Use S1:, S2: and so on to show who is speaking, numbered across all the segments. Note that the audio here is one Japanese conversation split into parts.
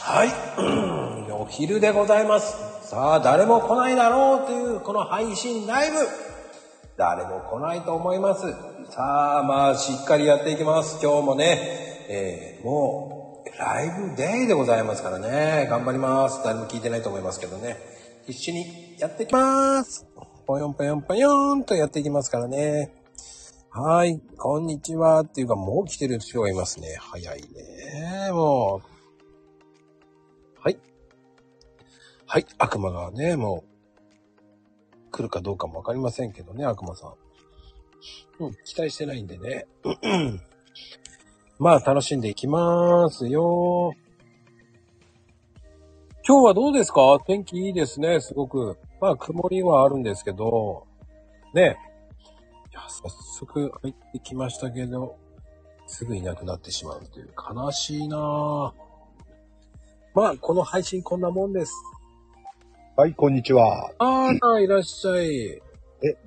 S1: はい、うんお昼でございます。さあ、誰も来ないだろうという、この配信ライブ。誰も来ないと思います。さあ、まあ、しっかりやっていきます。今日もね、えーもう、ライブデイでございますからね、頑張ります。誰も聞いてないと思いますけどね。必死にやっていきます。ぽよんぽよんぽよんとやっていきますからね。はい、こんにちは。っていうか、もう来てる人がいますね。早いね。もう、はい。はい。悪魔がね、もう、来るかどうかもわかりませんけどね、悪魔さん。うん、期待してないんでね。 まあ、楽しんでいきますよ。今日はどうですか天気いいですね、すごく。まあ、曇りはあるんですけど、ね。いや、早速入ってきましたけど、すぐいなくなってしまうという、悲しいなぁ。まあ、この配信こんなもんです。
S2: はい、こんにちは。
S1: ああ、いらっしゃい。
S2: え、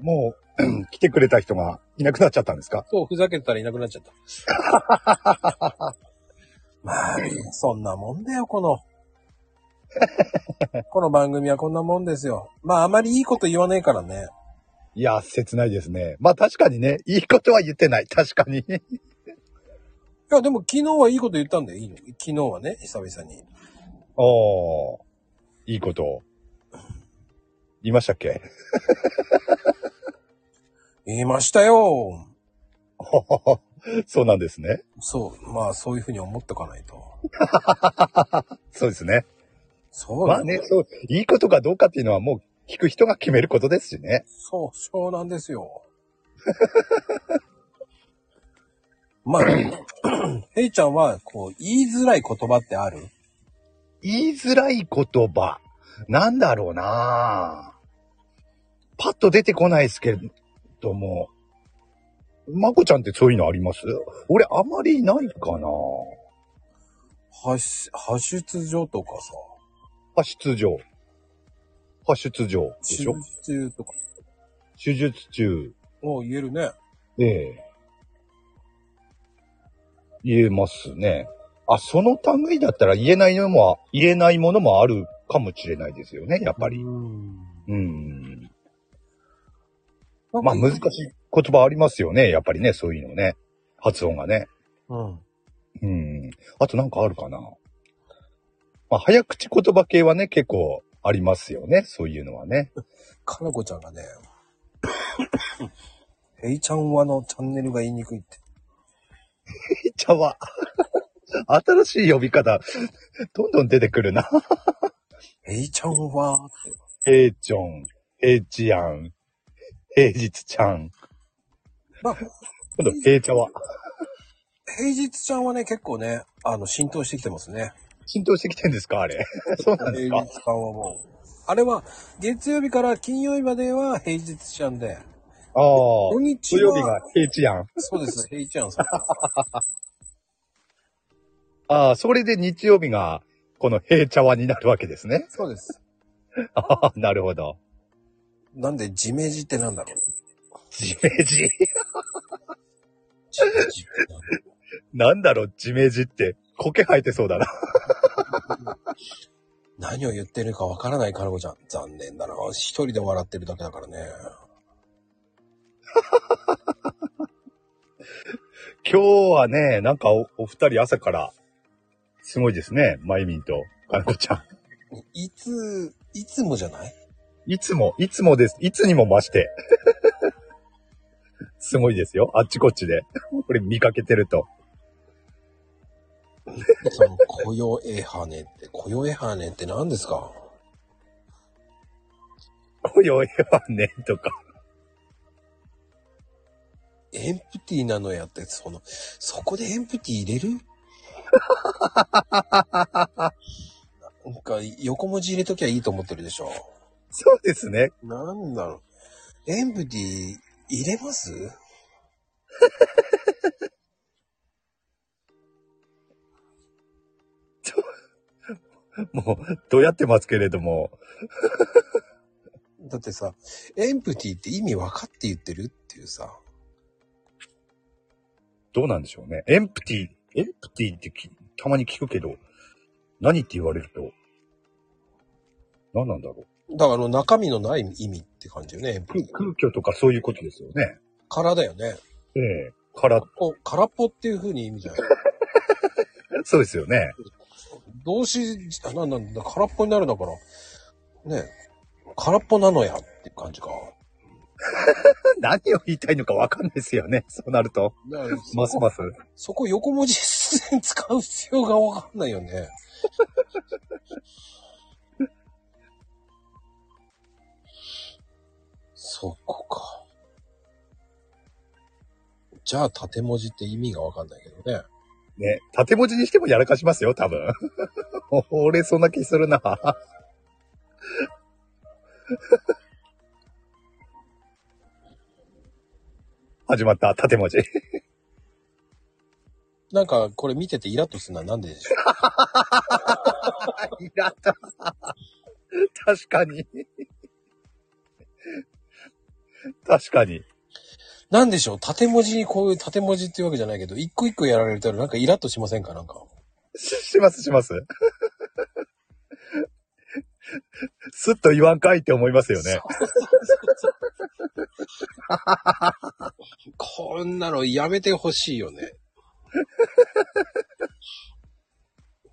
S2: も う、来てくれた人がいなくなっちゃったんですか
S1: そう、ふざけてたらいなくなっちゃった。 まあ、そんなもんだよ、この。 この番組はこんなもんですよ。まあ、あまりいいこと言わねえからね。
S2: いや、切ないですね。まあ確かにね、いいことは言ってない。確かに。
S1: いや、でも昨日はいいこと言ったんだよ、いいの。昨日はね、久々に。
S2: おー、いいことを。言いましたっけ
S1: 言いましたよ。
S2: そうなんですね。
S1: そう、まあ、そういうふうに思っとかないと。
S2: そうですね。
S1: そう
S2: ま
S1: な
S2: あ
S1: ん
S2: ね、そう、いいことかどうかっていうのはもう聞く人が決めることですしね。
S1: そう、そうなんですよ。 まあ、ヘイちゃんは、こう、言いづらい言葉ってある
S2: 言いづらい言葉。なんだろうなパッと出てこないですけども。まこちゃんってそういうのあります俺あまりないかな
S1: 発、発出所とかさ、
S2: 発出場。発出場で
S1: 手
S2: しょ
S1: 術中とか、
S2: 手術中。
S1: もう言えるね。
S2: ええ。言えますね。あ、その類だったら言えないのも、言えないものもあるかもしれないですよね、やっぱり。
S1: うん。
S2: うん。
S1: なん
S2: ま
S1: か
S2: あ難しい言葉ありますよね。やっぱりね、そういうのね。発音がね。
S1: うん。
S2: うん。あとなんかあるかな。まあ早口言葉系はね、結構ありますよね。そういうのはね。
S1: かなこちゃんがね、ヘイちゃんはのチャンネルが言いにくいって。
S2: ピッチャーは。 新しい呼び方、どんどん出てくるな。
S1: ヘイちゃんはって。
S2: ヘイチョン、ヘイチアン、平日ちゃん。
S1: まあ、
S2: 今度、ヘイチャワ。
S1: 平日ちゃんはね、結構ね、あの、浸透してきてますね。
S2: 浸透してきてんですかあれ。 そうなんです
S1: 平
S2: か
S1: 日版はもう。あれは、月曜日から金曜日までは平日ちゃんで、
S2: ああ。
S1: 土
S2: 土
S1: 日は
S2: 曜日がヘイチアン。
S1: そうです、平日ちゃんさん。
S2: ああ、それで日曜日が、このヘイチャワになるわけですね。
S1: そうです。
S2: ああ、 なるほど。
S1: なんで、ジメジってなんだろう。
S2: ジメジ。
S1: ジメジってなんだろ
S2: なんだろう、ジメジって。苔生えてそうだな。
S1: う何を言ってるかわからないカラコちゃん。残念だな。一人で笑ってるだけだからね。
S2: 今日はね、なんかおお二人朝から、すごいですね。まゆみんと、かなこちゃん。
S1: いつ、いつもじゃない
S2: いつも、いつもです。いつにも増して。 すごいですよ。あっちこっちで。これ見かけてると。
S1: その、 雇用エハネって、雇用エハネって何ですか
S2: おいおいはね、とか。
S1: エンプティなのやって、その、そこでエンプティ入れるなんか、横文字入れときゃいいと思ってるでしょ。
S2: そうですね。
S1: なんだろう。エンプティ入れます
S2: もう、どうやってますけれども。
S1: だってさ、エンプティって意味分かって言ってるっていうさ。
S2: どうなんでしょうね。エンプティ、エンプティってきたまに聞くけど、何って言われると、何なんだろ
S1: だからあの中身のない意味って感じよね。
S2: う。空空虚とかそういうことですよね。
S1: 空だよね。
S2: ええから、
S1: お空っぽっていう風に意味じゃない。
S2: そうですよね。
S1: 動詞、あなんなんだ、空っぽになるだから、ねえ空っぽなのやって感じか。
S2: 何を言いたいのかわかんないですよね。そうなると。
S1: だから
S2: ますます。
S1: そこ横文字必然使う必要がわかんないよね。そこか。じゃあ縦文字って意味がわかんないけどね。
S2: ね、縦文字にしてもやらかしますよ、多 分。俺、そんな気するな。始まった、縦文字。
S1: なんかこれ見ててイラッとするのはなんででしょう
S2: イラッと。確かに。確かに。
S1: なんでしょう縦文字にこういう縦文字っていうわけじゃないけど、一個一個やられたらなんかイラッとしませんかなんか。
S2: しします、します。すっと言わんかいって思いますよね。
S1: こんなのやめてほしいよ ね。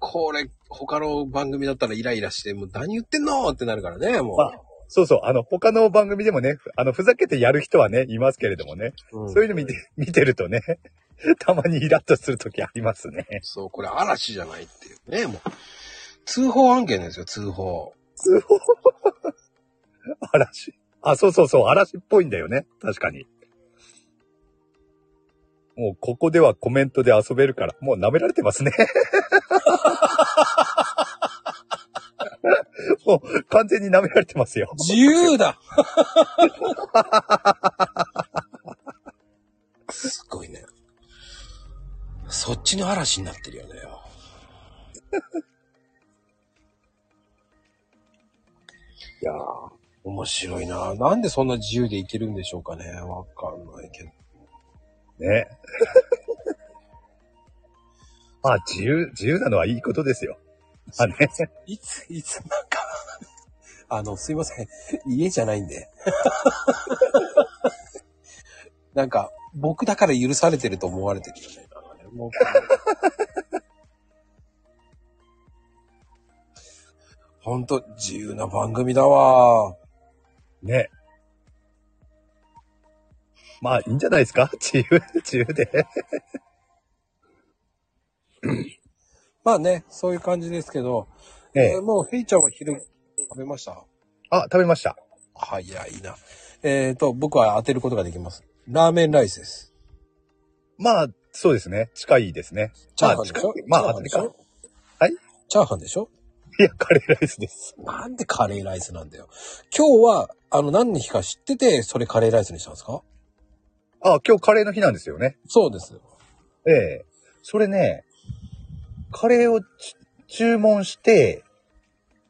S1: これ、他の番組だったらイライラして、もう何言ってんのってなるからね、も
S2: あそうそう。あの、他の番組でもね、ふあの、ふざけてやる人はね、いますけれどもね。
S1: う。うん
S2: そういうの見て、見てるとね、たまにイラッとするときありますね。
S1: そう、これ嵐じゃないっていうね、もう。通報案件ですよ、通報。
S2: 通報。嵐。あ、そうそうそう、嵐っぽいんだよね。確かに。もう、ここではコメントで遊べるから、もう舐められてますね。 もう、完全に舐められてますよ。
S1: 自由だすごいね。そっちの嵐になってるよね。
S2: いやー
S1: 面白いな。なんでそんな自由でいけるんでしょうかね。わかんないけど。
S2: ね。まあ、自由、自由なのはいいことですよ。あね。
S1: いつ、いつ、なんか、あの、すいません。家じゃないんで。なんか、僕だから許されてると思われてるよね。なんかねもうほんと、自由な番組だわ。
S2: ね。まあ、いいんじゃないですか自由、自由で。
S1: まあね、そういう感じですけど、
S2: ね
S1: えーもう、ヘイちゃんは昼食べました
S2: あ、食べました。
S1: 早いな。えっ、と、僕は当てることができます。ラーメンライスです。
S2: まあ、そうですね。近いですね。
S1: チ
S2: ま
S1: ャー
S2: あ、
S1: ハンで
S2: 近
S1: しょ
S2: い。ま
S1: チャー
S2: あ、
S1: ハ
S2: 当
S1: ン
S2: て
S1: で
S2: る
S1: し
S2: か。
S1: ょ
S2: はい
S1: チャーハンでしょ
S2: いや、カレーライスです。
S1: なんでカレーライスなんだよ。今日は、あの、何の日か知ってて、それカレーライスにしたんですか
S2: あ、今日カレーの日なんですよね。
S1: そうです。
S2: ええそれね、カレーをち注文して、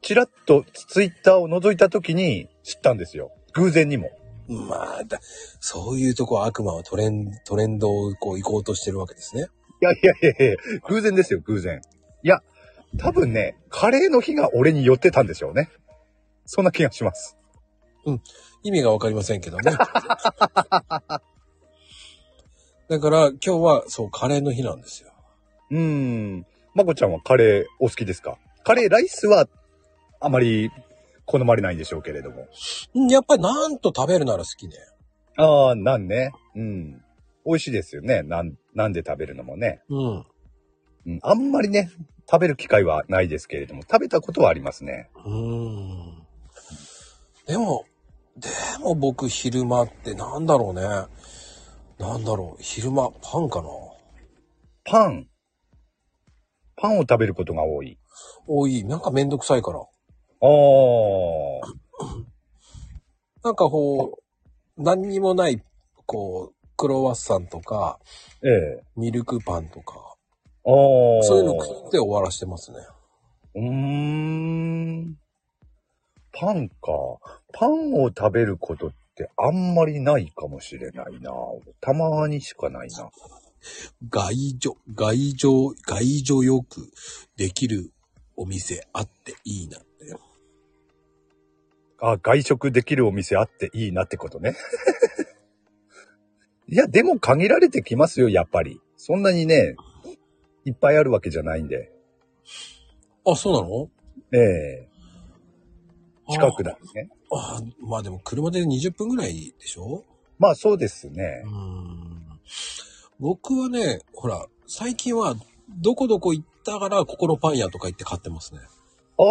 S2: チラッとツイッターを覗いた時に知ったんですよ。偶然にも。
S1: まあ、だ、そういうとこは悪魔はトレン、トレンドをこう行こうとしてるわけですね。
S2: いやいやいやいや、偶然ですよ、偶然。いや、多分ね、カレーの日が俺に寄ってたんでしょうね。そんな気がします。
S1: 意味がわかりませんけど ね。だから今日は、そう、カレーの日なんですよ。
S2: うーん。まこちゃんはカレーお好きですかカレーライスはあまり好まれないんでしょうけれども。
S1: んやっぱりなんと食べるなら好きね。
S2: ああ、なんね。うん。美味しいですよね。なん、なんで食べるのもね。
S1: うん。
S2: うん。あんまりね、食べる機会はないですけれども、食べたことはありますね。
S1: うーん。でも、でも僕昼間ってなんだろうね。なんだろう。昼間、パンかな
S2: パン。パンを食べることが多い。
S1: 多い。なんかめんどくさいから。
S2: ああ。
S1: なんかこう、何にもない、こう、クロワッサンとか、
S2: ええ。
S1: ミルクパンとか、
S2: ああ。
S1: そういうの食って終わらしてますね。
S2: うーん。パンか。パンを食べることってあんまりないかもしれないな。たまにしかないな。
S1: 外情、外情、外情よくできるお店あっていいなって。
S2: あ、外食できるお店あっていいなってことね。 いや、でも限られてきますよ、やっぱり。そんなにね、いっぱいあるわけじゃないんで。
S1: あ、そうなの
S2: ええ近く
S1: だ。
S2: だね。
S1: あーまあでも車で20分ぐらいでしょ
S2: まあそうですね
S1: う。ん。僕はね、ほら、最近はどこどこ行ったからここのパン屋とか行って買ってますね。
S2: あ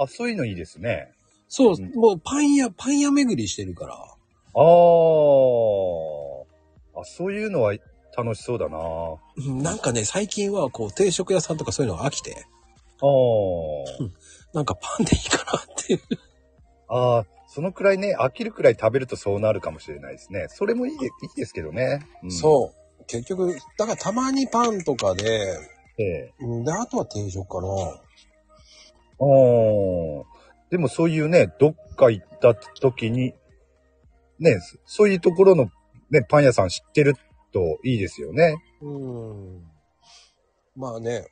S2: あ、あ、そういうのいいですね。
S1: そう、
S2: うん
S1: もうパン屋、パン屋巡りしてるから。
S2: ああ、あ、そういうのは楽しそうだな。あ
S1: うんなんかね、最近はこう定食屋さんとかそういうのが飽きて、
S2: ー
S1: なんかパンでいいかなっていう。
S2: あー、そのくらいね、飽きるくらい食べるとそうなるかもしれないですね。それもいいでいいですけどね。うん
S1: そう。結局、だからたまにパンとかで、
S2: ええ
S1: うんで、あとは定食かな。
S2: あーでもそういうね、どっか行った時に、ね、そそういうところの、ね、パン屋さん知ってるといいですよね。
S1: うん。まあね。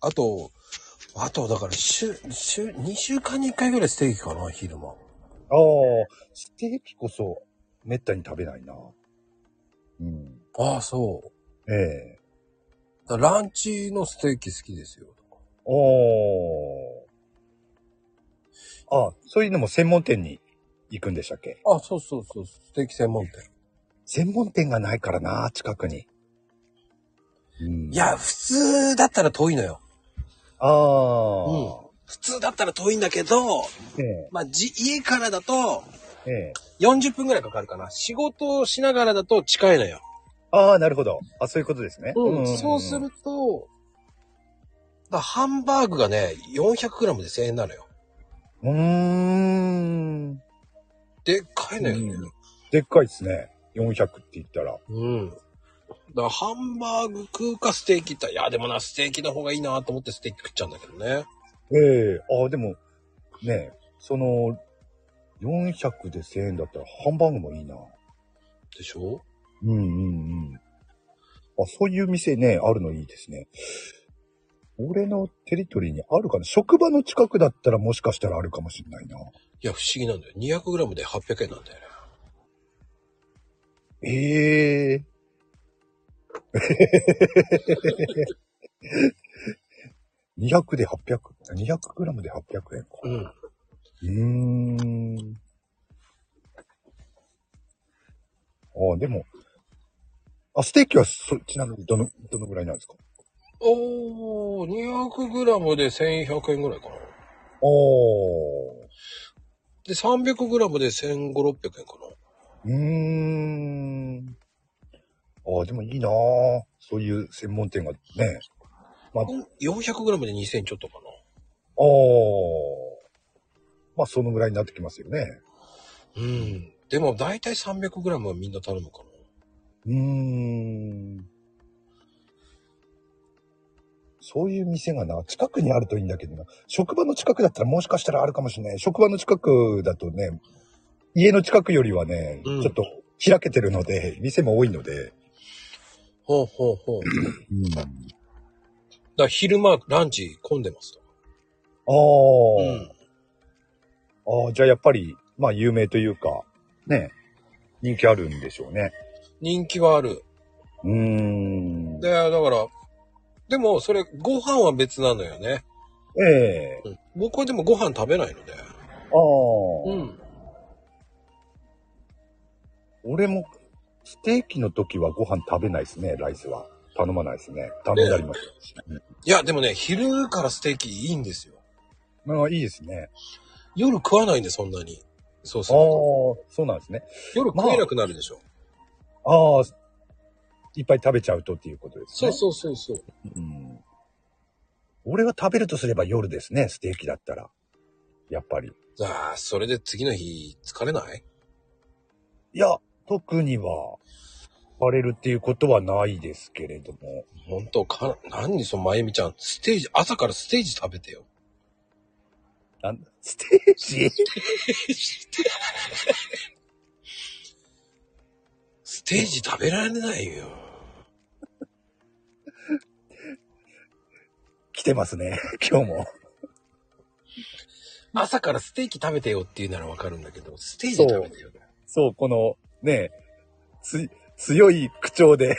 S1: あと、あと、だから、週、週、2週間に1回ぐらいステーキかな、昼間。
S2: ああ、ステーキこそめったに食べないな。うん。
S1: ああ、そう。
S2: ええ
S1: だからランチのステーキ好きですよ。
S2: おああ、そういうのも専門店に行くんでしたっけ
S1: あ、そうそうそう、ステーキ専門店。
S2: 専門店がないからな、近くに。うん
S1: い。や、普通だったら遠いのよ。
S2: ああ、
S1: 普通だったら遠いんだけど、
S2: え
S1: まあ、じ、家からだと、
S2: え、ええ。
S1: 40分ぐらいかかるかな。仕事をしながらだと近いのよ。
S2: ああ、なるほど。あ、そういうことですね。
S1: そうすると、だからハンバーグがね、400g で1000円なのよ。
S2: うーん。
S1: でっかいのよね。
S2: でっかいですね。400って言ったら。
S1: うん。だからハンバーグ食うかステーキ行ったら、いや、でもな、ステーキの方がいいなと思ってステーキ食っちゃうんだけどね。
S2: ええああ、でも、ねえ、その、400で1000円だったらハンバーグもいいな。
S1: でしょ
S2: うんうんうん。あ、そういう店ね、あるのいいですね。俺のテリトリーにあるかな職場の近くだったらもしかしたらあるかもしれないな。
S1: いや、不思議なんだよ。200g で800円なんだよね。
S2: ええ200で800、200グラムで800円か。
S1: うん。
S2: うーん。ああ、でも、あ、ステーキはそ、ちなみにどの、どのぐらいなんですか
S1: おー、200g で1100円ぐらいかな。
S2: おー。
S1: で、300g で1500、600円かな。
S2: うーん。ああ、でもいいなぁ。そういう専門店がね。
S1: 400g で2000ちょっとか
S2: ああ。まあ、そのぐらいになってきますよね。
S1: な。うん。でも、だいたい 300g はみんな頼むかな。
S2: うーん。そういう店がな、近くにあるといいんだけどな。職場の近くだったらもしかしたらあるかもしれない。職場の近くだとね、家の近くよりはね、
S1: うん
S2: ちょっと開けてるので、店も多いので。
S1: ほうほうほう。だか
S2: うん、あ
S1: ら昼間、ランチ混んでますと。
S2: あー、
S1: うん。
S2: ああ、じゃあやっぱり、まあ有名というか、ね、人気あるんでしょうね。
S1: 人気はある。
S2: うーん。
S1: で、だから、でも、それ、ご飯は別なのよね。
S2: ええ
S1: うん。僕はでもご飯食べないので。
S2: ああ、
S1: ん。
S2: 俺も、ステーキの時はご飯食べないですね、ライスは。頼まないですね。頼んだりもしないし。
S1: いや、でもね、昼からステーキいいんですよ。
S2: うんまあ、いいですね。
S1: 夜食わないんで、そんなに。そう
S2: ああ
S1: そう。、
S2: そうなんですね。
S1: 夜食えなくなるでしょ。
S2: ああ、いっぱい食べちゃうとっていうことです
S1: そ
S2: ね。
S1: うそうそうそう。
S2: う。ん、俺が食べるとすれば夜ですね、ステーキだったら。やっぱり。
S1: ああ、それで次の日、疲れない
S2: いや、特には、バレるっていうことはないですけれども。
S1: 本当か、何そのまゆみちゃん、ステージ、朝からステージ食べてよ。
S2: なんステージ
S1: ステージ食べられないよ。
S2: き来てますね。今日も。
S1: 朝からステーキ食べてよって言うならわかるんだけど、ステージ食べてよ。
S2: そう、この、ね、つ、強い口調で、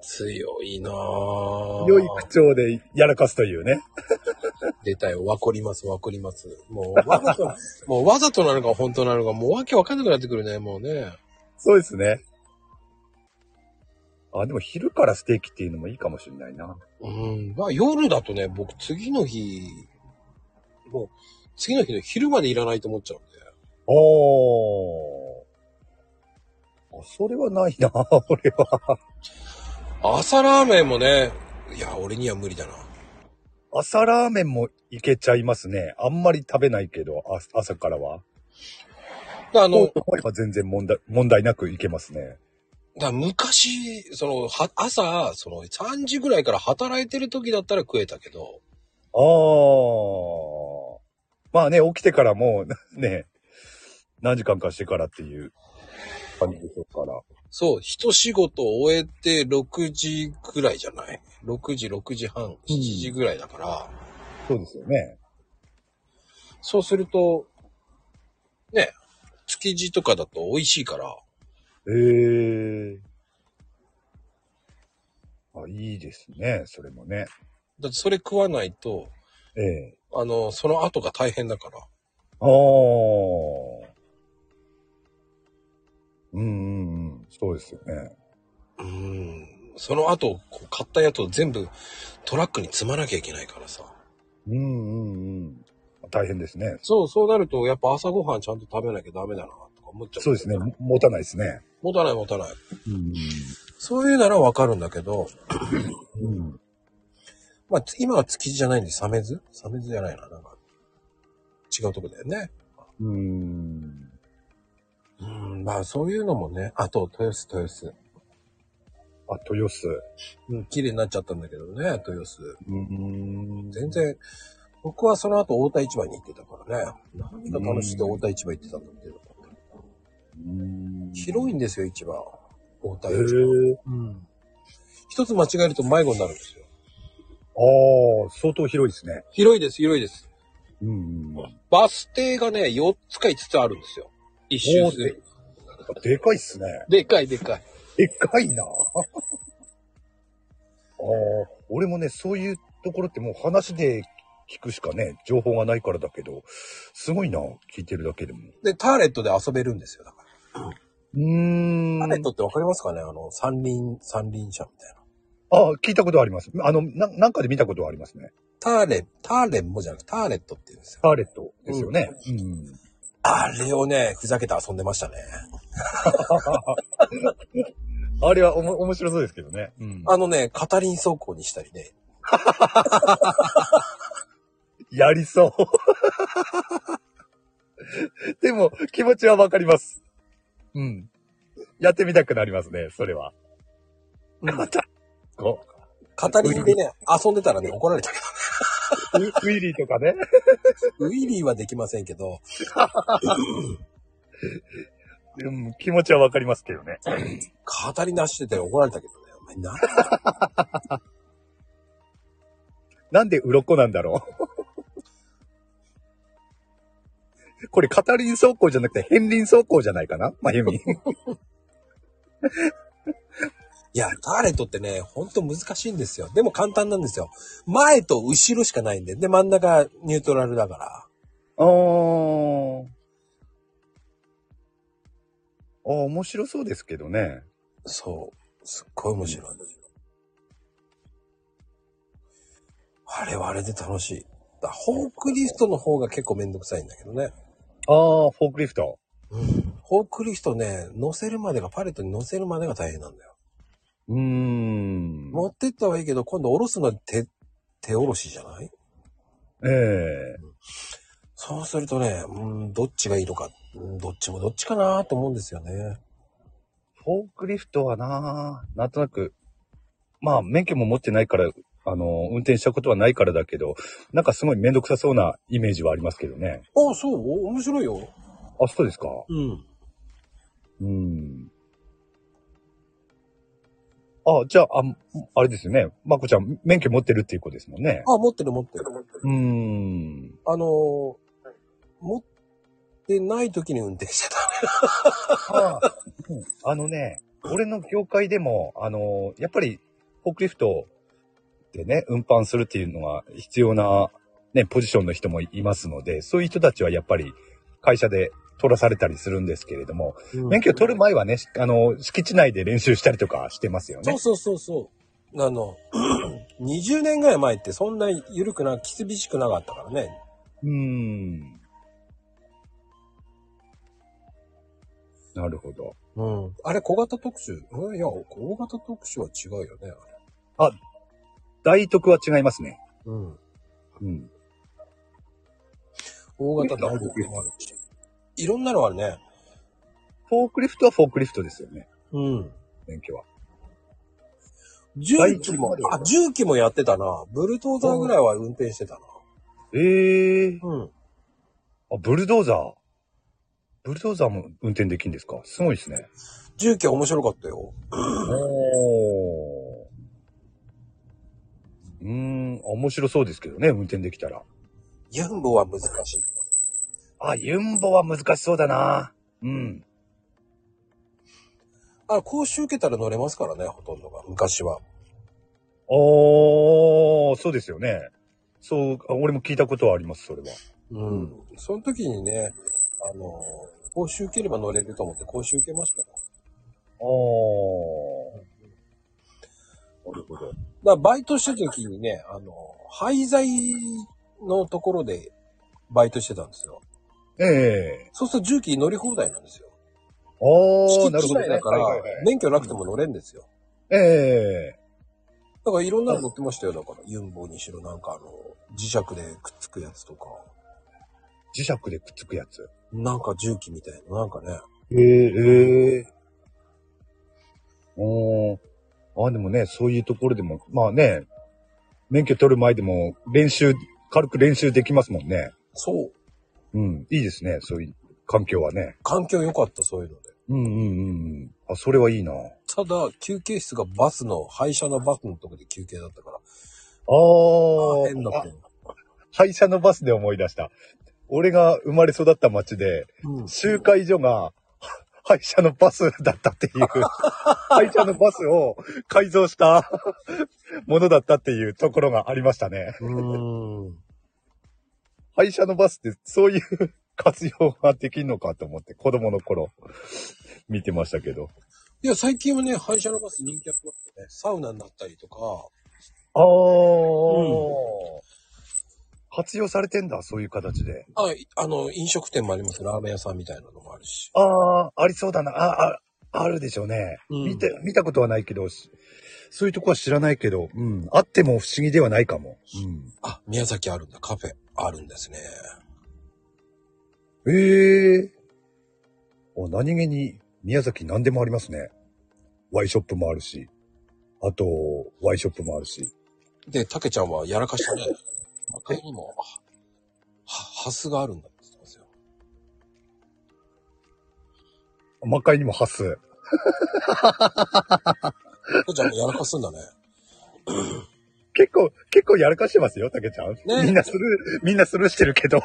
S1: 強いなぁ。
S2: 強い口調でやらかすというね。
S1: 出たよ。わかります、わかります。もうわざと、 もうわざとなのか本当なのか、もうわけわかんなくなってくるね、もうね。
S2: そうですね。あ、でも昼からステーキっていうのもいいかもしれないな。
S1: うん。まあ夜だとね、僕次の日、もう次の日の昼までいらないと思っちゃうんで。
S2: おー。あそれはない な、俺は。
S1: 朝ラーメンもね、いや、俺には無理だな。
S2: 朝ラーメンもいけちゃいますね。あんまり食べないけど、あ朝からは。
S1: あ
S2: そう
S1: の、
S2: 思えば全然問題、問題なくいけますね。
S1: だ昔、その、は、朝、その、3時ぐらいから働いてる時だったら食えたけど、
S2: あー。まあね、起きてからも う、ね、何時間かしてからっていう感じでしょうから。
S1: そう、一仕事を終えて6時ぐらいじゃない ?6 時、6時半、7時ぐらいだから、
S2: そうですよね。
S1: そうすると、ね、築地とかだと美味しいから、
S2: ええあ、いいですね、それもね。
S1: だってそれ食わないと、
S2: ええ
S1: あの、その後が大変だから。
S2: ああ。うんうんうん、そうですよね。
S1: うん。その後、こう買ったやつを全部トラックに積まなきゃいけないからさ。
S2: うんうんうん。大変ですね。
S1: そう、そうなると、やっぱ朝ごはんちゃんと食べなきゃダメだな、とか思っちゃう。
S2: そうですね。。も持たないですね。
S1: 持たない持たない。
S2: うん、
S1: そういうならわかるんだけど、
S2: うん。
S1: まあ、つ今は築地じゃないんで、サメズサメズじゃないな、なんか。違うとこだよね。
S2: うん。
S1: うん、まあそういうのもね、あと、豊洲、豊洲。
S2: あ、豊洲。
S1: うん、綺麗になっちゃったんだけどね、豊洲。
S2: うん
S1: 全。然、僕はその後大田市場に行ってたからね。何が楽しくて大田市場行ってたんだけど。
S2: うん
S1: 広いんですよ、市場。大田
S2: へ
S1: 市
S2: え
S1: 場。うん。一つ間違えると迷子になるんですよ。
S2: ああ、相当広いですね。
S1: 広いです、広いです。
S2: うん、うん。
S1: バス停がね、4つか5つあるんですよ。一周する。
S2: でかいっすね。
S1: でかいでかい。
S2: でかいな。ああ、俺もね、そういうところってもう話で聞くしかね、情報がないからだけど、すごいな、聞いてるだけでも。
S1: で、ターレットで遊べるんですよ、だから。
S2: うーん。
S1: ターレッ
S2: あ
S1: トってわかりますかねあの、三輪、三輪車みたいな。
S2: あ、聞いたことあります。あの、ななんかで見たことはありますね。
S1: ターレ、ターレンもじゃなくて、ターレットって言うんですよ。
S2: ターレットですよね。うん。
S1: あれをね、ふざけて遊んでましたね。
S2: あれはおも面白そうですけどね。うん
S1: あのね、カタリン走行にしたりね。
S2: やりそう。 でも、気持ちはわかります。うん。やってみたくなりますね、それは。
S1: うん
S2: こう
S1: カタリンでね、遊んでたらね、怒られたけ
S2: ウウィリーとかね。
S1: ど。ウィリーはできませんけど、
S2: うん、気持ちはわかりますけどね。
S1: カタリン出してて怒られたけどね。お前なんだ
S2: なんで鱗なんだろう。これ、片輪走行じゃなくて、片輪走行じゃないかなまゆみ。
S1: いや、ターレットってね、ほんと難しいんですよ。でも簡単なんですよ。前と後ろしかないんで。で、真ん中ニュートラルだから。
S2: あー。あー、面白そうですけどね。
S1: そう。すっごい面白い。あれはあれで楽しい。だホークリフトの方が結構めんどくさいんだけどね。
S2: あー、フォークリフト。
S1: ホークリフトね、乗せるまでが、パレットに乗せるまでが大変なんだよ。
S2: うーん。
S1: 持ってったはいいけど、今度下ろすのは手、手下ろしじゃない
S2: ええ
S1: そうするとね、うん、どっちがいいのか、うんどっちもどっちかなと思うんですよね。
S2: フォークリフトはなあ、なんとなく、まあ、免許も持ってないから、あの、運転したことはないからだけど、なんかすごいめんどくさそうなイメージはありますけどね。
S1: あ、そうお面白いよ。
S2: あ、そうですか。
S1: うん。
S2: うん。あ、じゃあ、ああれですよね。まこちゃん、免許持ってるっていうことですもんね。
S1: あ、持ってる持ってる。
S2: うーん。
S1: あのー持ってない時に運転してた。
S2: ああうんあのね、俺の業界でも、あの、やっぱり、フォークリフトでね、運搬するっていうのが必要な、ね、ポジションの人もいますので、そういう人たちはやっぱり、会社で取らされたりするんですけれども、免許取る前はね、しあの、敷地内で練習したりとかしてますよ
S1: そ
S2: ね
S1: う。そうそうそう。あの、20年ぐらい前ってそんな緩くな、厳しくなかったからね。
S2: うーん。なるほど。
S1: うん。あれ、小型特集うんいや、大型特集は違うよね、あれ。
S2: 大徳は違いますね。
S1: うん。
S2: うん。
S1: 大型特集もあるし。いろんなのあるね。
S2: フォークリフトはフォークリフトですよね。
S1: うん。
S2: 免許は。
S1: 重
S2: 大
S1: 機
S2: 機
S1: も
S2: も、
S1: あ、重機もやってたな。ブルドーザーぐらいは運転してたな。
S2: ええー。
S1: うん。
S2: あ、ブルドーザー。ブルドーザーも運転できるんですかすごいですね。
S1: 重機は面白かったよ。
S2: おー。うーん、面白そうですけどね、運転できたら。
S1: ユンボは難しい。
S2: あ、ユンボは難しそうだな。うん。
S1: あ、講習受けたら乗れますからね、ほとんどが。昔は。
S2: おー、そうですよね。そう、あ俺も聞いたことはあります、それは。
S1: うん。その時にね、あの、講習受ければ乗れると思って講習受けましたよ。
S2: おー。なるほど。
S1: だからバイトしてた時にね、あの、廃材のところでバイトしてたんですよ。
S2: ええ
S1: そうすると重機乗り放題なんですよ。
S2: お
S1: 敷
S2: ー、なる
S1: 地
S2: ほど、
S1: 内
S2: ね。
S1: だから
S2: はいはいはい、
S1: 免許なくても乗れんですよ。
S2: ええ
S1: だからいろんなの乗ってましたよ。だから、ユンボにしろ、なんかあの、磁石でくっつくやつとか、
S2: 磁石でくっつくやつ。
S1: なんか重機みたいな、なんかね。
S2: ええええおーあ、でもね、そういうところでも、まあね、免許取る前でも練習、軽く練習できますもんね。
S1: そう。
S2: うん。いいですね、そういう環境はね。
S1: 環境良かった、そういうので。
S2: うんうんうんうん。あ、それはいいな。あ
S1: ただ、休憩室がバスの、廃車のバスのとこで休憩だったから、
S2: ー
S1: 変だっ
S2: あ
S1: た。よ。
S2: 廃車のバスで思い出した。俺が生まれ育った町で、
S1: うん。
S2: 集会所が、廃車のバスだったっ ていう、廃車のバスを改造したものだったっていうところがありましたね。
S1: うーん。
S2: 廃車のバスってそういう活用ができるのかと思って、子供の頃、見てましたけど。
S1: いや、最近はね、廃車のバス人気ありますよね。サウナになったりとか、
S2: ああ、活用されてんだ、そういう形で。
S1: ああの、飲食店もあります。ラーメン屋さんみたいなのもあるし。
S2: ああ、ありそうだな。あ、あ、あるでしょうね。
S1: うん
S2: 見て、見たことはないけど、しそういうとこは知らないけど、うん。あっても不思議ではないかも。
S1: あ、宮崎あるんだ。カフェあるんですね。
S2: うん。ええお、何気に、宮崎何でもありますね。ワイショップもあるし。あと、ワイショップもあるし。
S1: で、たけちゃんはやらかしたね。他にも、は、ハスがあるんだって言ってますよ。
S2: 魔界にもハス。
S1: たけちゃんもやらかすんだね。
S2: 結構、結構やらかしてますよ、たけちゃん。
S1: ね
S2: みんなスルー、みんなスルーしてるけど。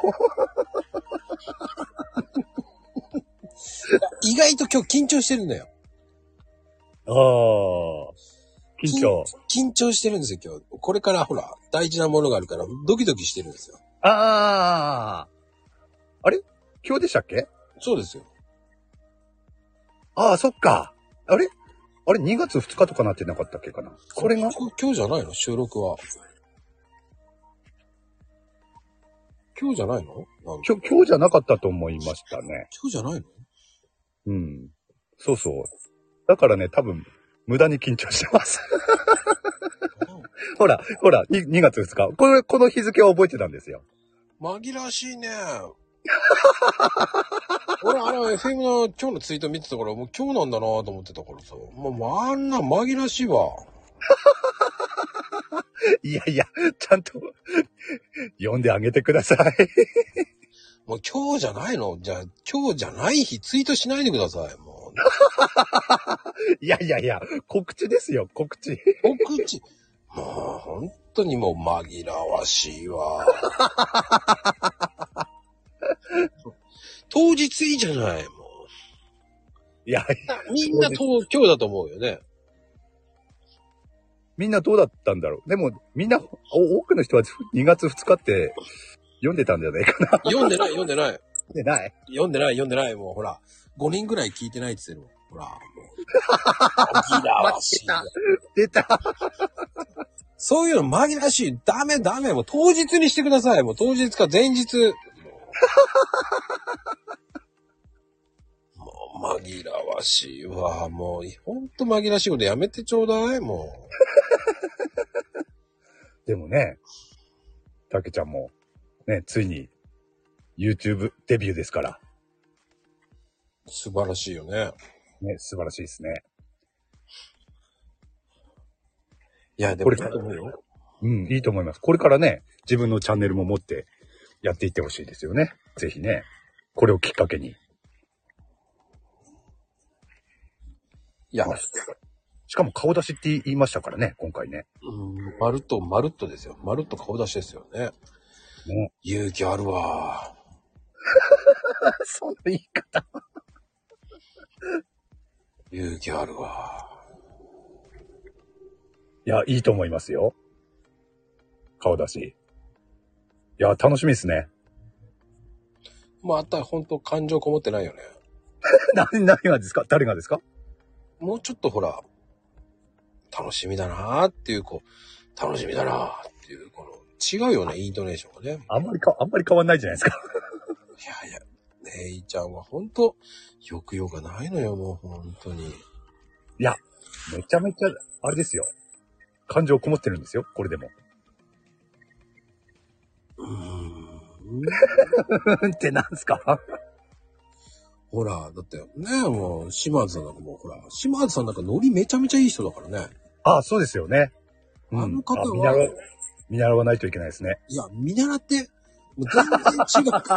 S1: 意外と今日緊張してるんだよ。
S2: ああ。緊張。
S1: 緊。緊張してるんですよ、今日。これからほら、大事なものがあるから、ドキドキしてるんですよ。
S2: ああ。あれ今日でしたっけ
S1: そうですよ。
S2: ああ、そっか。あれあれ ?2 月2日とかなってなかったっけかなこれが
S1: 今日今日じゃないの収録は。今日じゃないのなん
S2: 今日、今日じゃなかったと思いましたね。
S1: 今日じゃないの
S2: うん。そうそう。だからね、多分、無駄に緊張してます。ほら、ほら、2, 2月2日。これ、この日付は覚えてたんですよ。
S1: 紛らわしいね。 俺、あの、FM の今日のツイート見てたから、もう今日なんだなと思ってたからさ。もう、もうあんな紛らわしいわ。
S2: いやいや、ちゃんと、読んであげてください。
S1: もう今日じゃないのじゃあ、今日じゃない日ツイートしないでください。もそんな。
S2: いやいやいや、告知ですよ、告知。
S1: 告知。 もう本当にもう紛らわしいわ。 当日いいじゃない、も
S2: いや、
S1: う。みんな東京だと思うよね。
S2: みんなどうだったんだろう。でも、みんな、お多くの人は2月2日って読んでたんじゃないかな。
S1: 読んでない、読んでない。
S2: 読んでない。
S1: 読んでない、読んでない、もうほら。5人ぐらい聞いてないって言ってるもん。ほら、もう。紛らわしい。
S2: 出た。
S1: そういうの紛らわしい。ダメダメ。もう当日にしてください。もう当日か前日。もう もう紛らわしいわ。もうほんと紛らわしいことやめてちょうだい。も
S2: でもね、たけちゃんも、ね、ついに、YouTube デビューですから。
S1: う。素晴らしいよね。
S2: ね、素晴らしいですね。
S1: いや、で
S2: こ
S1: も
S2: れ
S1: ちょっと思うよ。
S2: うん、いいと思います。これからね、自分のチャンネルも持ってやっていってほしいですよね。ぜひね、これをきっかけに。
S1: いや、
S2: しかも顔出しって言いましたからね、今回ね。
S1: うん、まるっと、まるっとですよ。まるっと顔出しですよね。
S2: ね
S1: 勇気あるわ。
S2: その言い方。
S1: 勇気あるわ。
S2: いや、いいと思いますよ。顔出し。いや、楽しみです ね。
S1: まあ、あったら本当感情こもってないよね。
S2: 何、何がですか誰がですか
S1: もうちょっとほら、楽しみだなーっていう、こう、楽しみだなーっていう、この、違うよね、イントネーションがね。
S2: あんまりか、あんまり変わんないじゃないですか。
S1: いやいや、ネイちゃんは本当抑揚がないのよ、もう本当に。
S2: めちゃめちゃ、あれですよ。感情こもってるんですよ、これでも。
S1: うーん。
S2: うん ってなんすか
S1: ほら、だってね、もう、島津さんなんかもうほら、島津さんなんかノリめちゃめちゃいい人だからね。
S2: ああ、そうですよね。
S1: あの方は
S2: あ見習わ、見習わないといけないですね。
S1: いや、見習って、もう全然違う。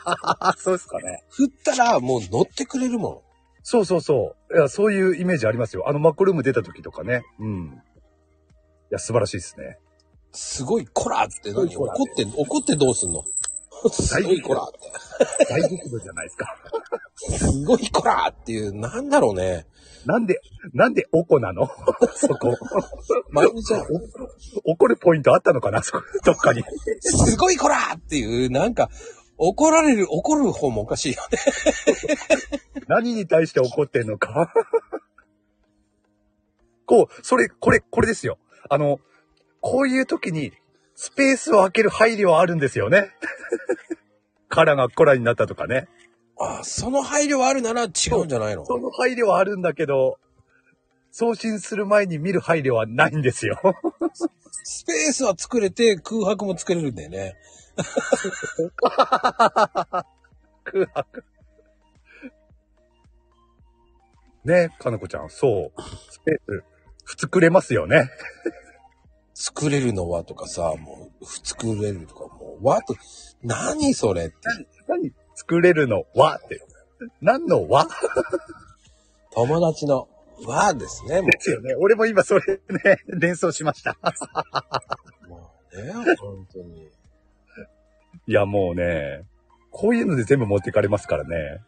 S2: あ、そうですかね。
S1: 振ったらもう乗ってくれるもん。
S2: そうそうそう。いや、そういうイメージありますよ。あのマッコルーム出た時とかね。うん。いや、素晴らしいですね。
S1: すごいコラって
S2: ごい
S1: 何
S2: こ
S1: 怒
S2: ら
S1: って、怒ってどうすんのすごいコラって。
S2: 大激怒じゃないですか。
S1: すごいこらーっていう、なんだろうね。
S2: なんで、なんでおこなの そこ。
S1: まゆみちゃん、
S2: 怒るポイントあったのかな そこ、どっかに。
S1: すごいこらーっていう、なんか、怒られる、怒る方もおかしいよね。
S2: 何に対して怒ってんのか。 こう、それ、これ、これですよ。あの、こういう時に、スペースを空ける配慮はあるんですよね。 カラがコラになったとかね。
S1: あその配慮あるなら違うんじゃないの
S2: その配慮はあるんだけど、送信する前に見る配慮はないんですよ。
S1: スペースは作れて空白も作れるんだよね。
S2: 空白。ねかなこちゃん、そう。スペース、普通くれますよね。
S1: 作れるのはとかさ、もう、作れるとか、もう、わと、何それって。
S2: 何作れるのはって。何のは
S1: 友達の、わですね、も
S2: ですよね。俺も今それね、連想しました。
S1: う。もうね、本当に。
S2: いや、もうね、こういうので全部持っていかれますからね。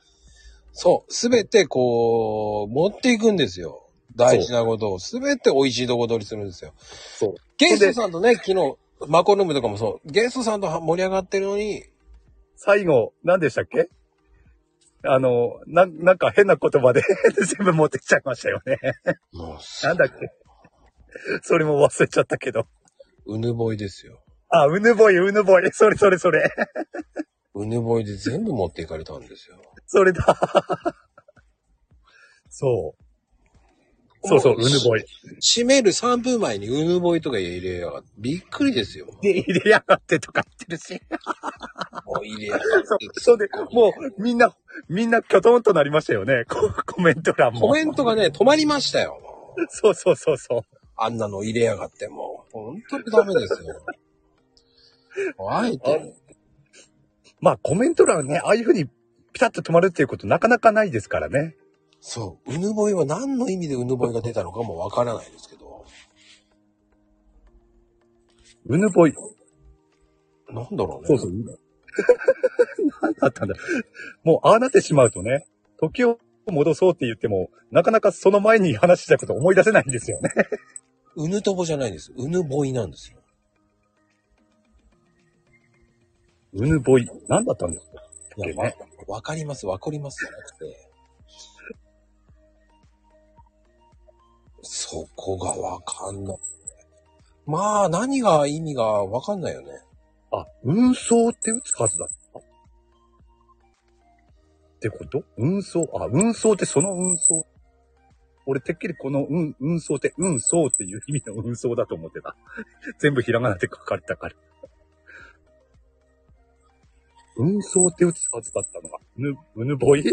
S1: そう、すべてこう、持っていくんですよ。大事なことを。すべて美味しいとこ取りするんですよ。
S2: そう。
S1: ゲストさんとね、昨日、マコルームとかもそう、ゲストさんとは盛り上がってるのに、
S2: 最後、何でしたっけあの、な、なんか変な言葉で 全部持ってきちゃいましたよね。
S1: もうす
S2: なんだっけ それも忘れちゃったけど。
S1: うぬぼいですよ。
S2: あ、うぬぼい、うぬぼい。それそれそれ。
S1: うぬぼいで全部持っていかれたんですよ。
S2: それだ。 そう。そうそう、う
S1: も
S2: ぬぼい。
S1: し閉める3分前にうぬぼいとか入れやがって、びっくりですよ。も
S2: で、入れやがってとか言ってるし。
S1: う入れやがって
S2: そう、。そうで、もう、みんな、みんな、きょとんとなりましたよね。ココメント欄も。
S1: コメントがね、止まりましたよ。
S2: そうそうそうそう。
S1: あんなの入れやがって、もう、ほんとにダメですよ。 もうあえて、
S2: まあ、コメント欄ね、ああいうふうに、ピタッと止まるっていうことなかなかないですからね。
S1: そう。うぬぼいは何の意味でうぬぼいが出たのかもわからないですけど。
S2: うぬぽい。
S1: なんだろうね。
S2: そうそう。 何だったんだ。もう、ああなってしまうとね、時を戻そうって言っても、なかなかその前に話したこと思い出せないんですよね。
S1: うぬとぼじゃないです。うぬぼいなんですよ。
S2: うぬぽい。何だったんですか
S1: いや、
S2: でね
S1: わわかります、わかりますじゃなくて。そこがわかんない。まあ、何が意味がわかんないよね。
S2: あ、運送って打つはずだった。ってこと運送あ、運送ってその運送。俺、てっきりこの運、運送って運送っていう意味の運送だと思ってた。 全部ひらがなで書かれたから。運送って打つはずだったのが、ぬ、うぬぼい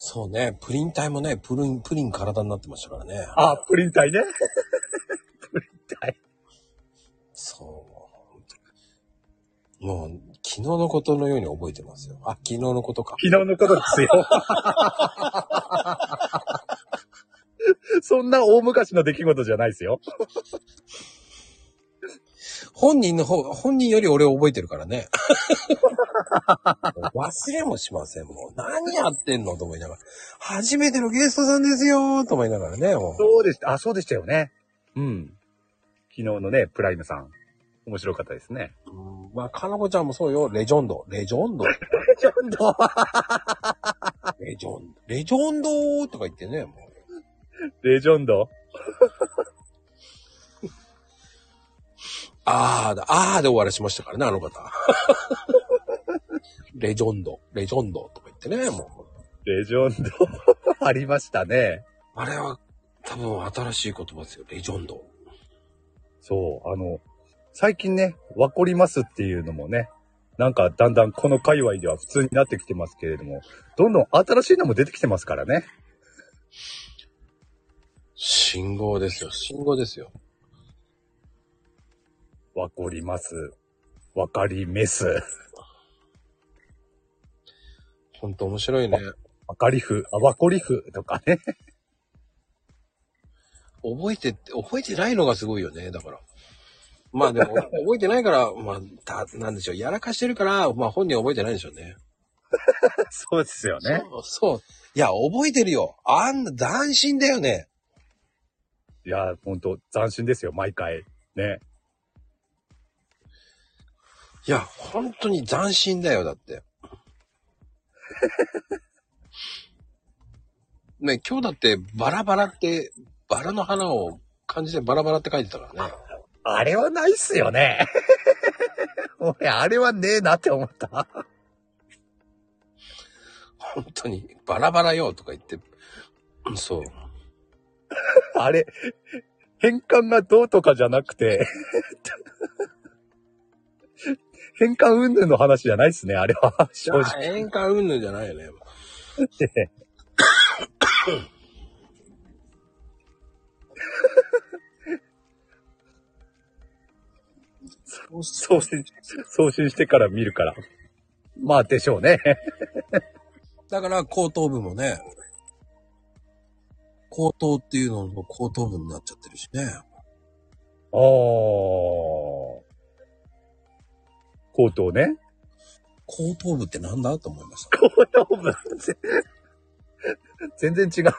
S1: そうね、プリン体もね、プリン、プリン体になってましたからね。
S2: あ、プリン体ね。 プリン体。
S1: そう。もう、昨日のことのように覚えてますよ。あ、昨日のことか。
S2: 昨日のことですよ。 そんな大昔の出来事じゃないですよ。
S1: 本人の方、本人より俺覚えてるからね。 忘れもしません、もう。何やってんのと思いながら。初めてのゲストさんですよと思いながらね、もう。
S2: そうでした。あ、そうでしたよね。うん。昨日のね、プライムさん。面白かったですね。
S1: うんまあ、かなこちゃんもそうよ。レジョンド。レジョンド。
S2: ちょっと、
S1: レジョンド。レジョンドとか言ってね、もう。
S2: レジョンド。
S1: あーだ、あーで終わらしましたからね、あの 方。レジョンド。レジョンドとか言ってね、もう。
S2: レジョンド。 ありましたね。
S1: あれは、多分新しい言葉ですよ。レジョンド。
S2: そう、あの、最近ね、わこりますっていうのもね、なんかだんだんこの界隈では普通になってきてますけれども、どんどん新しいのも出てきてますからね。
S1: 信号ですよ。信号ですよ。
S2: わこります。わかりメス。
S1: ほんと面白いね。
S2: わかりふ、あ、わこりふとかね。
S1: 覚えてって、覚えてないのがすごいよね、だから。まあでも、覚えてないから、 まあ、た、なんでしょう、やらかしてるから、まあ本人は覚えてないんでしょうね。
S2: そうですよね。
S1: そう、そう。いや、覚えてるよ。あんな、斬新だよね。
S2: いや、ほんと、斬新ですよ、毎回。ね。
S1: いや、本当に斬新だよ、だって。 ね、今日だって、バラバラって、バラの花を漢字でバラバラって書いてたからね。
S2: あれはないっすよね。俺、あれはねえなって思った。
S1: 本当に、バラバラよ、とか言って。うんそう。
S2: あれ、変換がどうとかじゃなくて、変換云々の話じゃないっすね、あれは。正直。
S1: あ演歌云々じゃないよね。
S2: 送信、送信してから見るから。まあ、でしょうね。
S1: だから、後頭部もね、後頭っていうのも後頭部になっちゃってるしね。
S2: ああ。口頭ね。
S1: 後頭部ってなんだと思いました。
S2: 後頭部。全然違う。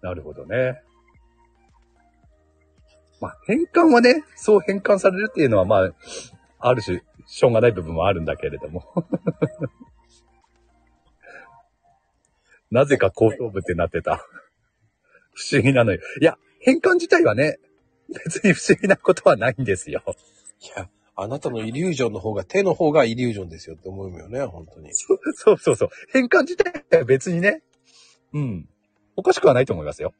S2: なるほどね。まあ、変換はね、そう変換されるっていうのは、まあ、ある種、しょうがない部分もあるんだけれども。 なぜか後頭部ってなってた。不思議なのよ。いや、変換自体はね、別に不思議なことはないんですよ。
S1: いや、あなたのイリュージョンの方が、手の方がイリュージョンですよって思うよね、本当に。
S2: そうそうそうそう。変換自体は別にね。うん。おかしくはないと思います よ。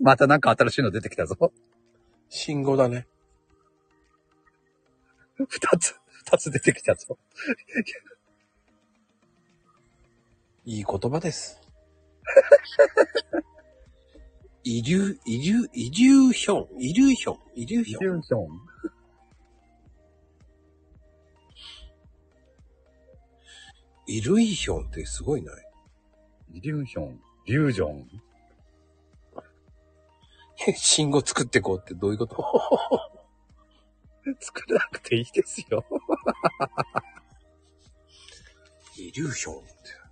S2: またなんか新しいの出てきたぞ。
S1: 信号だね。
S2: 二つ、二つ出てきたぞ。
S1: いい言葉です。 イリュ、イリュ、イリューヒョン、イリューヒョン、イリューヒ
S2: イ
S1: ョン。
S2: リューション。
S1: イルイヒョンってすごい ない
S2: イリューション。リュージョン。
S1: 信号作ってこうってどういうこと
S2: 作らなくていいですよ。
S1: イリューヒョンって。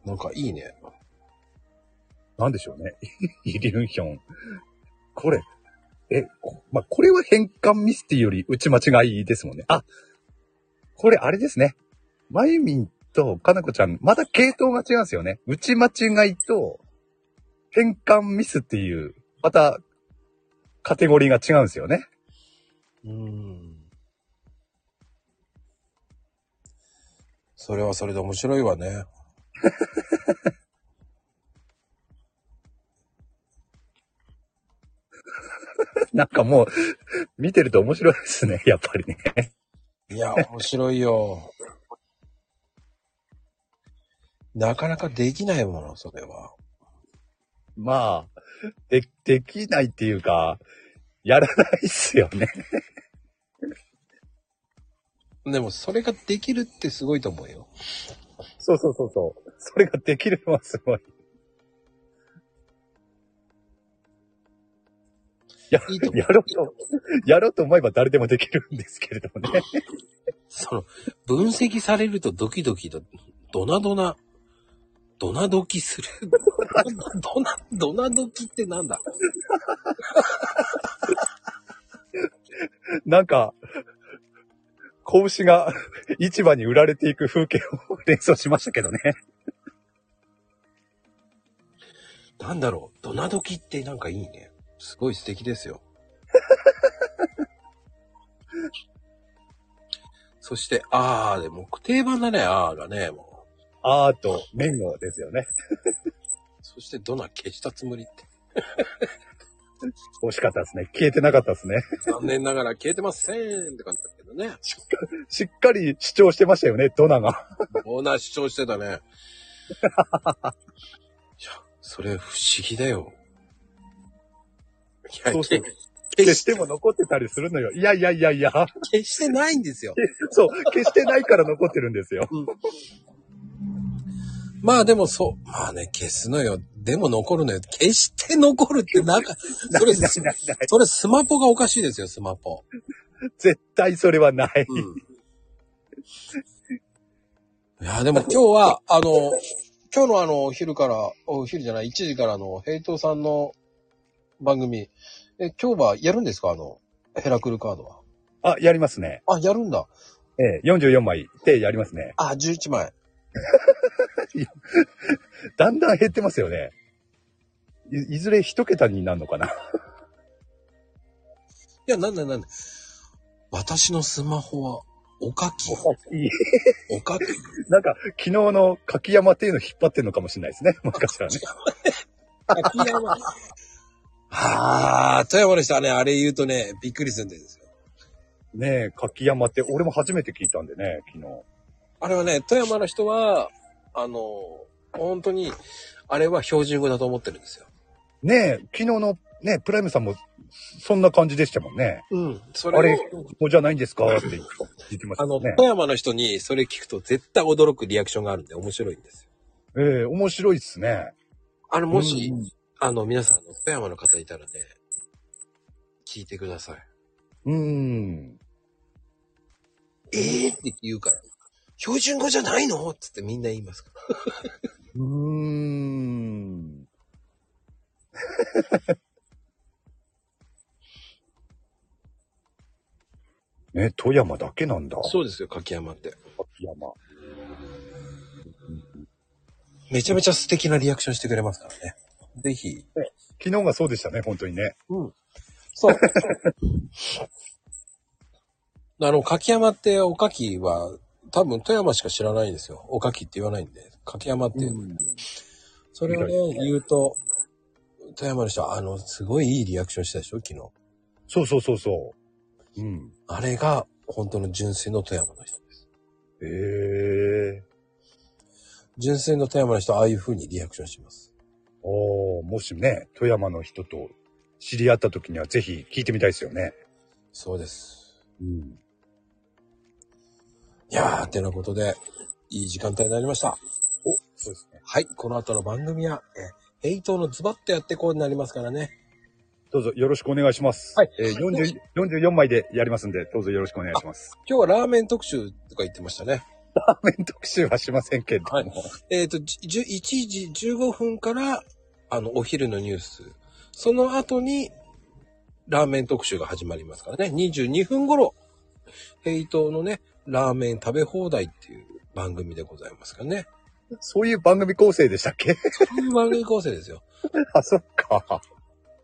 S1: なんかいいね。
S2: なんでしょうね。 イリューション。これ。え、こまあ、これは変換ミスティより打ち間違いですもんね。あ、これあれですね。まゆみんとかなこちゃん、また系統が違うんですよね。打ち間違いと変換ミスっていう、またカテゴリーが違うんですよね。
S1: うん。それはそれで面白いわね。
S2: なんかもう、見てると面白いですね。 やっぱりね。
S1: いや、面白いよ。なかなかできないもの、それは。
S2: まあ、で、できないっていうか、やらないっすよね。
S1: でも、それができるってすごいと思うよ。
S2: そうそうそうそう。それができるのはす ごい。や、
S1: いいと思う
S2: やろうと、やろうと思えば誰でもできるんですけれども ね。
S1: その、分析されるとドキドキと、ドナドナ、ドナドキする。ドナ、ドナドキってなんだ
S2: なんか、拳が市場に売られていく風景を連想しましたけどね。
S1: なんだろうドナドキってなんかいいね。すごい素敵ですよ。そして、あーで、もう定番だね、あーがね、もう。
S2: アート、面をですよね。
S1: そして、ドナ消したつもりって。
S2: 惜しかったですね。消えてなかったですね。
S1: 残念ながら消えてませんって感じだけどね。
S2: しっかり主張してましたよね、ドナが。
S1: オーナー主張して たね。いや、それ不思議だよ。いや、
S2: そうそう
S1: け
S2: 消
S1: 決
S2: し
S1: してて、
S2: も残ってたりするのよ。いやいやいやいや。
S1: 決してないんですよ。
S2: そう、消してないから残ってるんですよ。
S1: まあでもそう、まあね、消すのよ。でも残るのよ。決して残るってなんか、 それ、
S2: ないないない
S1: それスマホがおかしいですよ、スマホ。
S2: 絶対それはない。
S1: うん。いや、でも今日は、あの、今日のあの、お昼から、お昼じゃない、1時からの平等さんの番組、え、今日はやるんですかあの、ヘラクルカードは。
S2: あ、やりますね。
S1: あ、やるんだ。
S2: ええ、44枚でやりますね。
S1: あ、11枚。
S2: だんだん減ってますよね。いいずれ一桁になるの かな。
S1: いや、なんだなんだ。私のスマホは、おかき。
S2: いい
S1: おかき。
S2: なんか、昨日の柿山っていうの引っ張ってるのかもしれないですね。 もしかしたらね。
S1: 滝山。あー、富山の人はね、あれ言うとね、びっくりするんですよ。
S2: ねえ、柿山って俺も初めて聞いたんでね、昨日。
S1: あれはね、富山の人は、あの、本当に、あれは標準語だと思ってるんですよ。
S2: ねえ、昨日のね、プライムさんもそんな感じでしたもんね。
S1: うん。そ
S2: あ
S1: れ
S2: れ
S1: を、、
S2: ここじゃないんですかって言ってまし
S1: あ
S2: た
S1: の、
S2: ね。
S1: 富山の人にそれ聞くと絶対驚くリアクションがあるんで面白いんですよ。
S2: ええ面白いっすね。
S1: あの、もし、
S2: うん
S1: あの、皆さん、あの富山の方いたらね、聞いてください。
S2: うん。
S1: ええー、って言うから、標準語じゃないのつってみんな言いますから。
S2: うーん。ね、富山だけなんだ。
S1: そうですよ、柿山って。
S2: 秋山。
S1: めちゃめちゃ素敵なリアクションしてくれますからね。ぜひ。
S2: 昨日がそうでしたね、本当にね。
S1: うん。そう。 あの、柿山っておかきは、多分富山しか知らないんですよ。おかきって言わないんで。柿山って。それをね、言うと、富山の人は、あの、すごいいいリアクションしたでしょ、昨日。
S2: そうそうそうそう。うん。
S1: あれが、本当の純粋の富山の人です。
S2: ええ
S1: 純粋の富山の人は、ああいう風にリアクションします。
S2: おー、もしね、富山の人と知り合った時にはぜひ聞いてみたいですよね。
S1: そうです。
S2: うん。
S1: いやー、てなことで、いい時間帯になりました。
S2: お、そうですね。
S1: はい、この後の番組は、え、ヘイトのズバッとやってこうになりますからね。
S2: どうぞよろしくお願いします。
S1: はい
S2: えー40 44枚でやりますんで、どうぞよろしくお願いします。
S1: 今日はラーメン特集とか言ってましたね。
S2: ラーメン特集はしませんけども。
S1: はいえっ、と、じゅ1時15分から、あの、お昼のニュース。その後に、ラーメン特集が始まりますからね。22分頃、ヘイトのね、ラーメン食べ放題っていう番組でございますからね。
S2: そういう番組構成でしたっけ
S1: そういう番組構成ですよ。
S2: あ、そっか。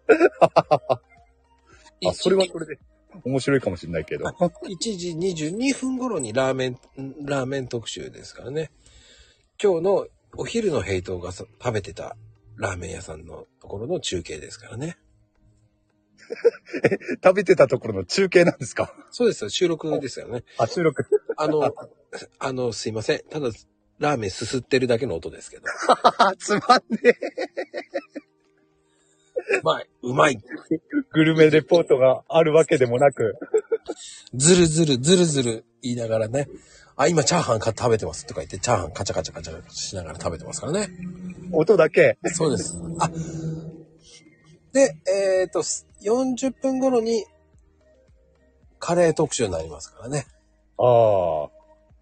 S2: あ、それは
S1: 1
S2: それで面白いかもしれないけど。
S1: 時22分頃にラーメン、ラーメン特集ですからね。今日のお昼のヘイトがさ食べてたラーメン屋さんのところの中継ですからね。
S2: 食べてたところの中継なんですか
S1: そうですよ、収録ですよね。
S2: あ、収録。
S1: あの、あの、すいません。ただ、ラーメンすすってるだけの音ですけど。
S2: あ、つまんねえ。
S1: うまい。うまい。
S2: グルメレポートがあるわけでもなく。
S1: ずるずる、ずるずる言いながらね。あ、今チャーハンか食べてますとか言って、チャーハンカチャカチャカチャしながら食べてますからね。
S2: 音だけ。
S1: そうです。あ、で、えっ、と、40分頃に、カレー特集になりますからね。
S2: ああ、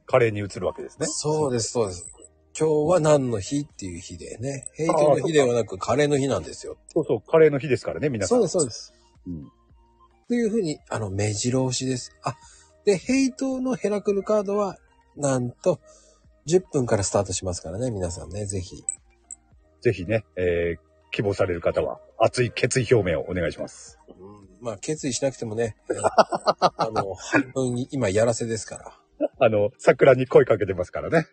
S2: カレーに移るわけですね。
S1: そうです、そうです。今日は何の日っていう日でね。平等の日ではなくカレーの日なんですよ。
S2: そうそう、カレーの日ですからね、皆さ
S1: そ
S2: ん。
S1: うです、そうです。
S2: うん
S1: というふうに、あの、目白押しです。あ、で、ヘイトのヘラクルカードは、なんと、10分からスタートしますからね、皆さんね、ぜひ。
S2: ぜひね、えー希望される方は、熱い決意表明をお願いします。
S1: うんまあ、決意しなくてもね、えーあ の、半分に今やらせですか
S2: あの、桜に声かけてますからね。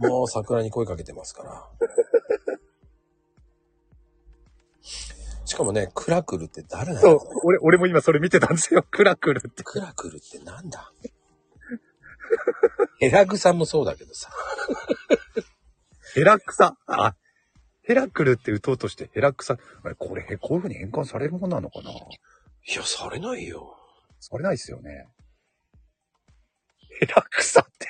S1: ら。もう桜に声かけてますから。しかもね、クラクルって誰な
S2: そう
S1: の、
S2: 俺、俺も今それ見てたんですよ。クラクルって。
S1: クラクルってなんだヘラグサもそうだけどさ。
S2: ヘラクサ。あ、ヘラクルって打とうとしてヘラクサ。あれこれ、へこういう風に変換されるもんなのかない
S1: や、されないよ。
S2: されないですよね。ヘラクサって。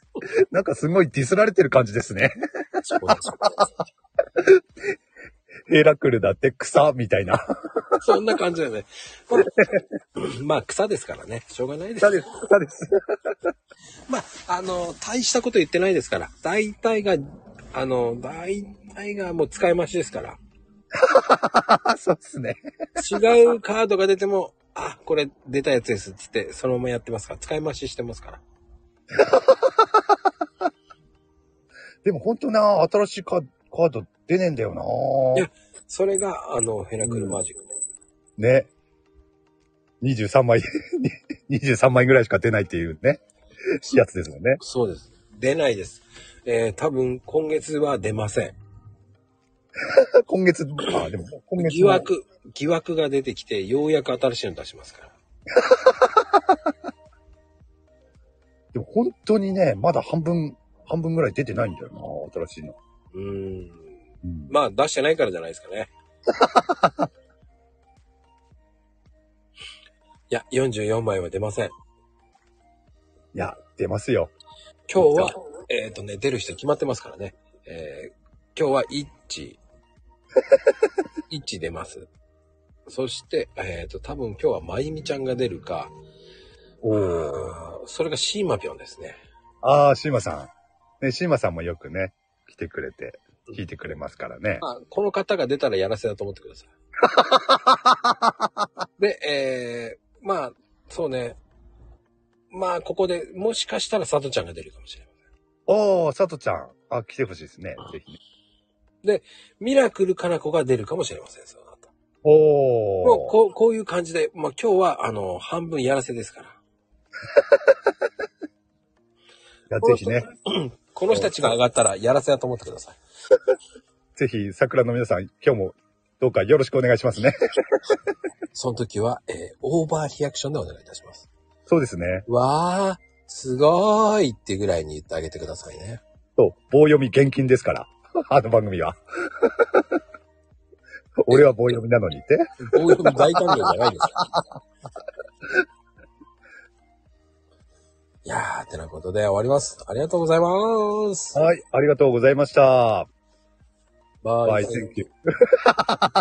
S2: なんかすごいディスられてる感じですね。
S1: そうですよ
S2: ヘラクルだって草みたいな。
S1: そんな感じだよね。まあまあ、草ですからね。しょうがないです
S2: 草。です、草です。
S1: まあ、あの、大したこと言ってないですから。大体が、あの、大体がもう使い回しですから。
S2: あ、そうっすね。
S1: 違うカードが出ても、あ、これ出たやつですっつって、そのままやってますから。使い回ししてますから。
S2: でも本当な、新しいカカード出ねえんだよ
S1: い
S2: な
S1: やそれが、あの、ヘラクルマジック。
S2: ね。23枚、23枚ぐらいしか出ないっていうね、やつですもんね。
S1: そうです。出ないです。えー、多分今月は出ません。
S2: 今月、あ、でも今月
S1: 疑
S2: の。
S1: 惑、疑惑が出てきて、ようやく新しいの出しますから。
S2: でも本当にね、まだ半分、半分ぐらい出てないんだよな、新しいの。
S1: うーん。
S2: うん
S1: まあ、出してないからじゃないですか ね。いや、44枚は出ません。
S2: いや、出ますよ。
S1: 今日は、えっ、とね、出る人決まってますからね。えー今日は1、1出ます。そして、えっ、と、多分今日はまゆみちゃんが出るか、
S2: おー。
S1: あーそれがシーマピョンですね。
S2: あー、シーマさん。ね、シーマさんもよくね、来てくれて、聞いてくれますからね。
S1: まあ、この方が出たらやらせだと思ってくださ い。で、えー、まあ、そうね。まあ、ここで、もしかしたら佐藤ちゃんが出るかもしれない。
S2: おー、さとちゃん。あ、来てほしいですね。ぜひね。
S1: ミラクルかな子が出るかもしれません、その後。もう、
S2: おー。
S1: こう、こういう感じで、まあ今日は、あの、半分やらせですから。
S2: いやぜひね、
S1: この人たちが上がったらやらせだと思ってください。
S2: ぜひ桜の皆さん、今日もどうかよろしくお願いしますね。
S1: その時は、えー、オーバーリアクションでお願いいたします。
S2: そうですね。
S1: わー、すごーいってぐらいに言ってあげてくださいね。
S2: そう、棒読み厳禁ですから。あの番組は。 俺は棒読みなのにって。
S1: 大喜利大歓迎じゃないですか。いやー、てなことで終わります。ありがとうございます。
S2: はい、ありがとうございました。
S1: バ
S2: バ
S1: イ
S2: イ
S1: センキュー。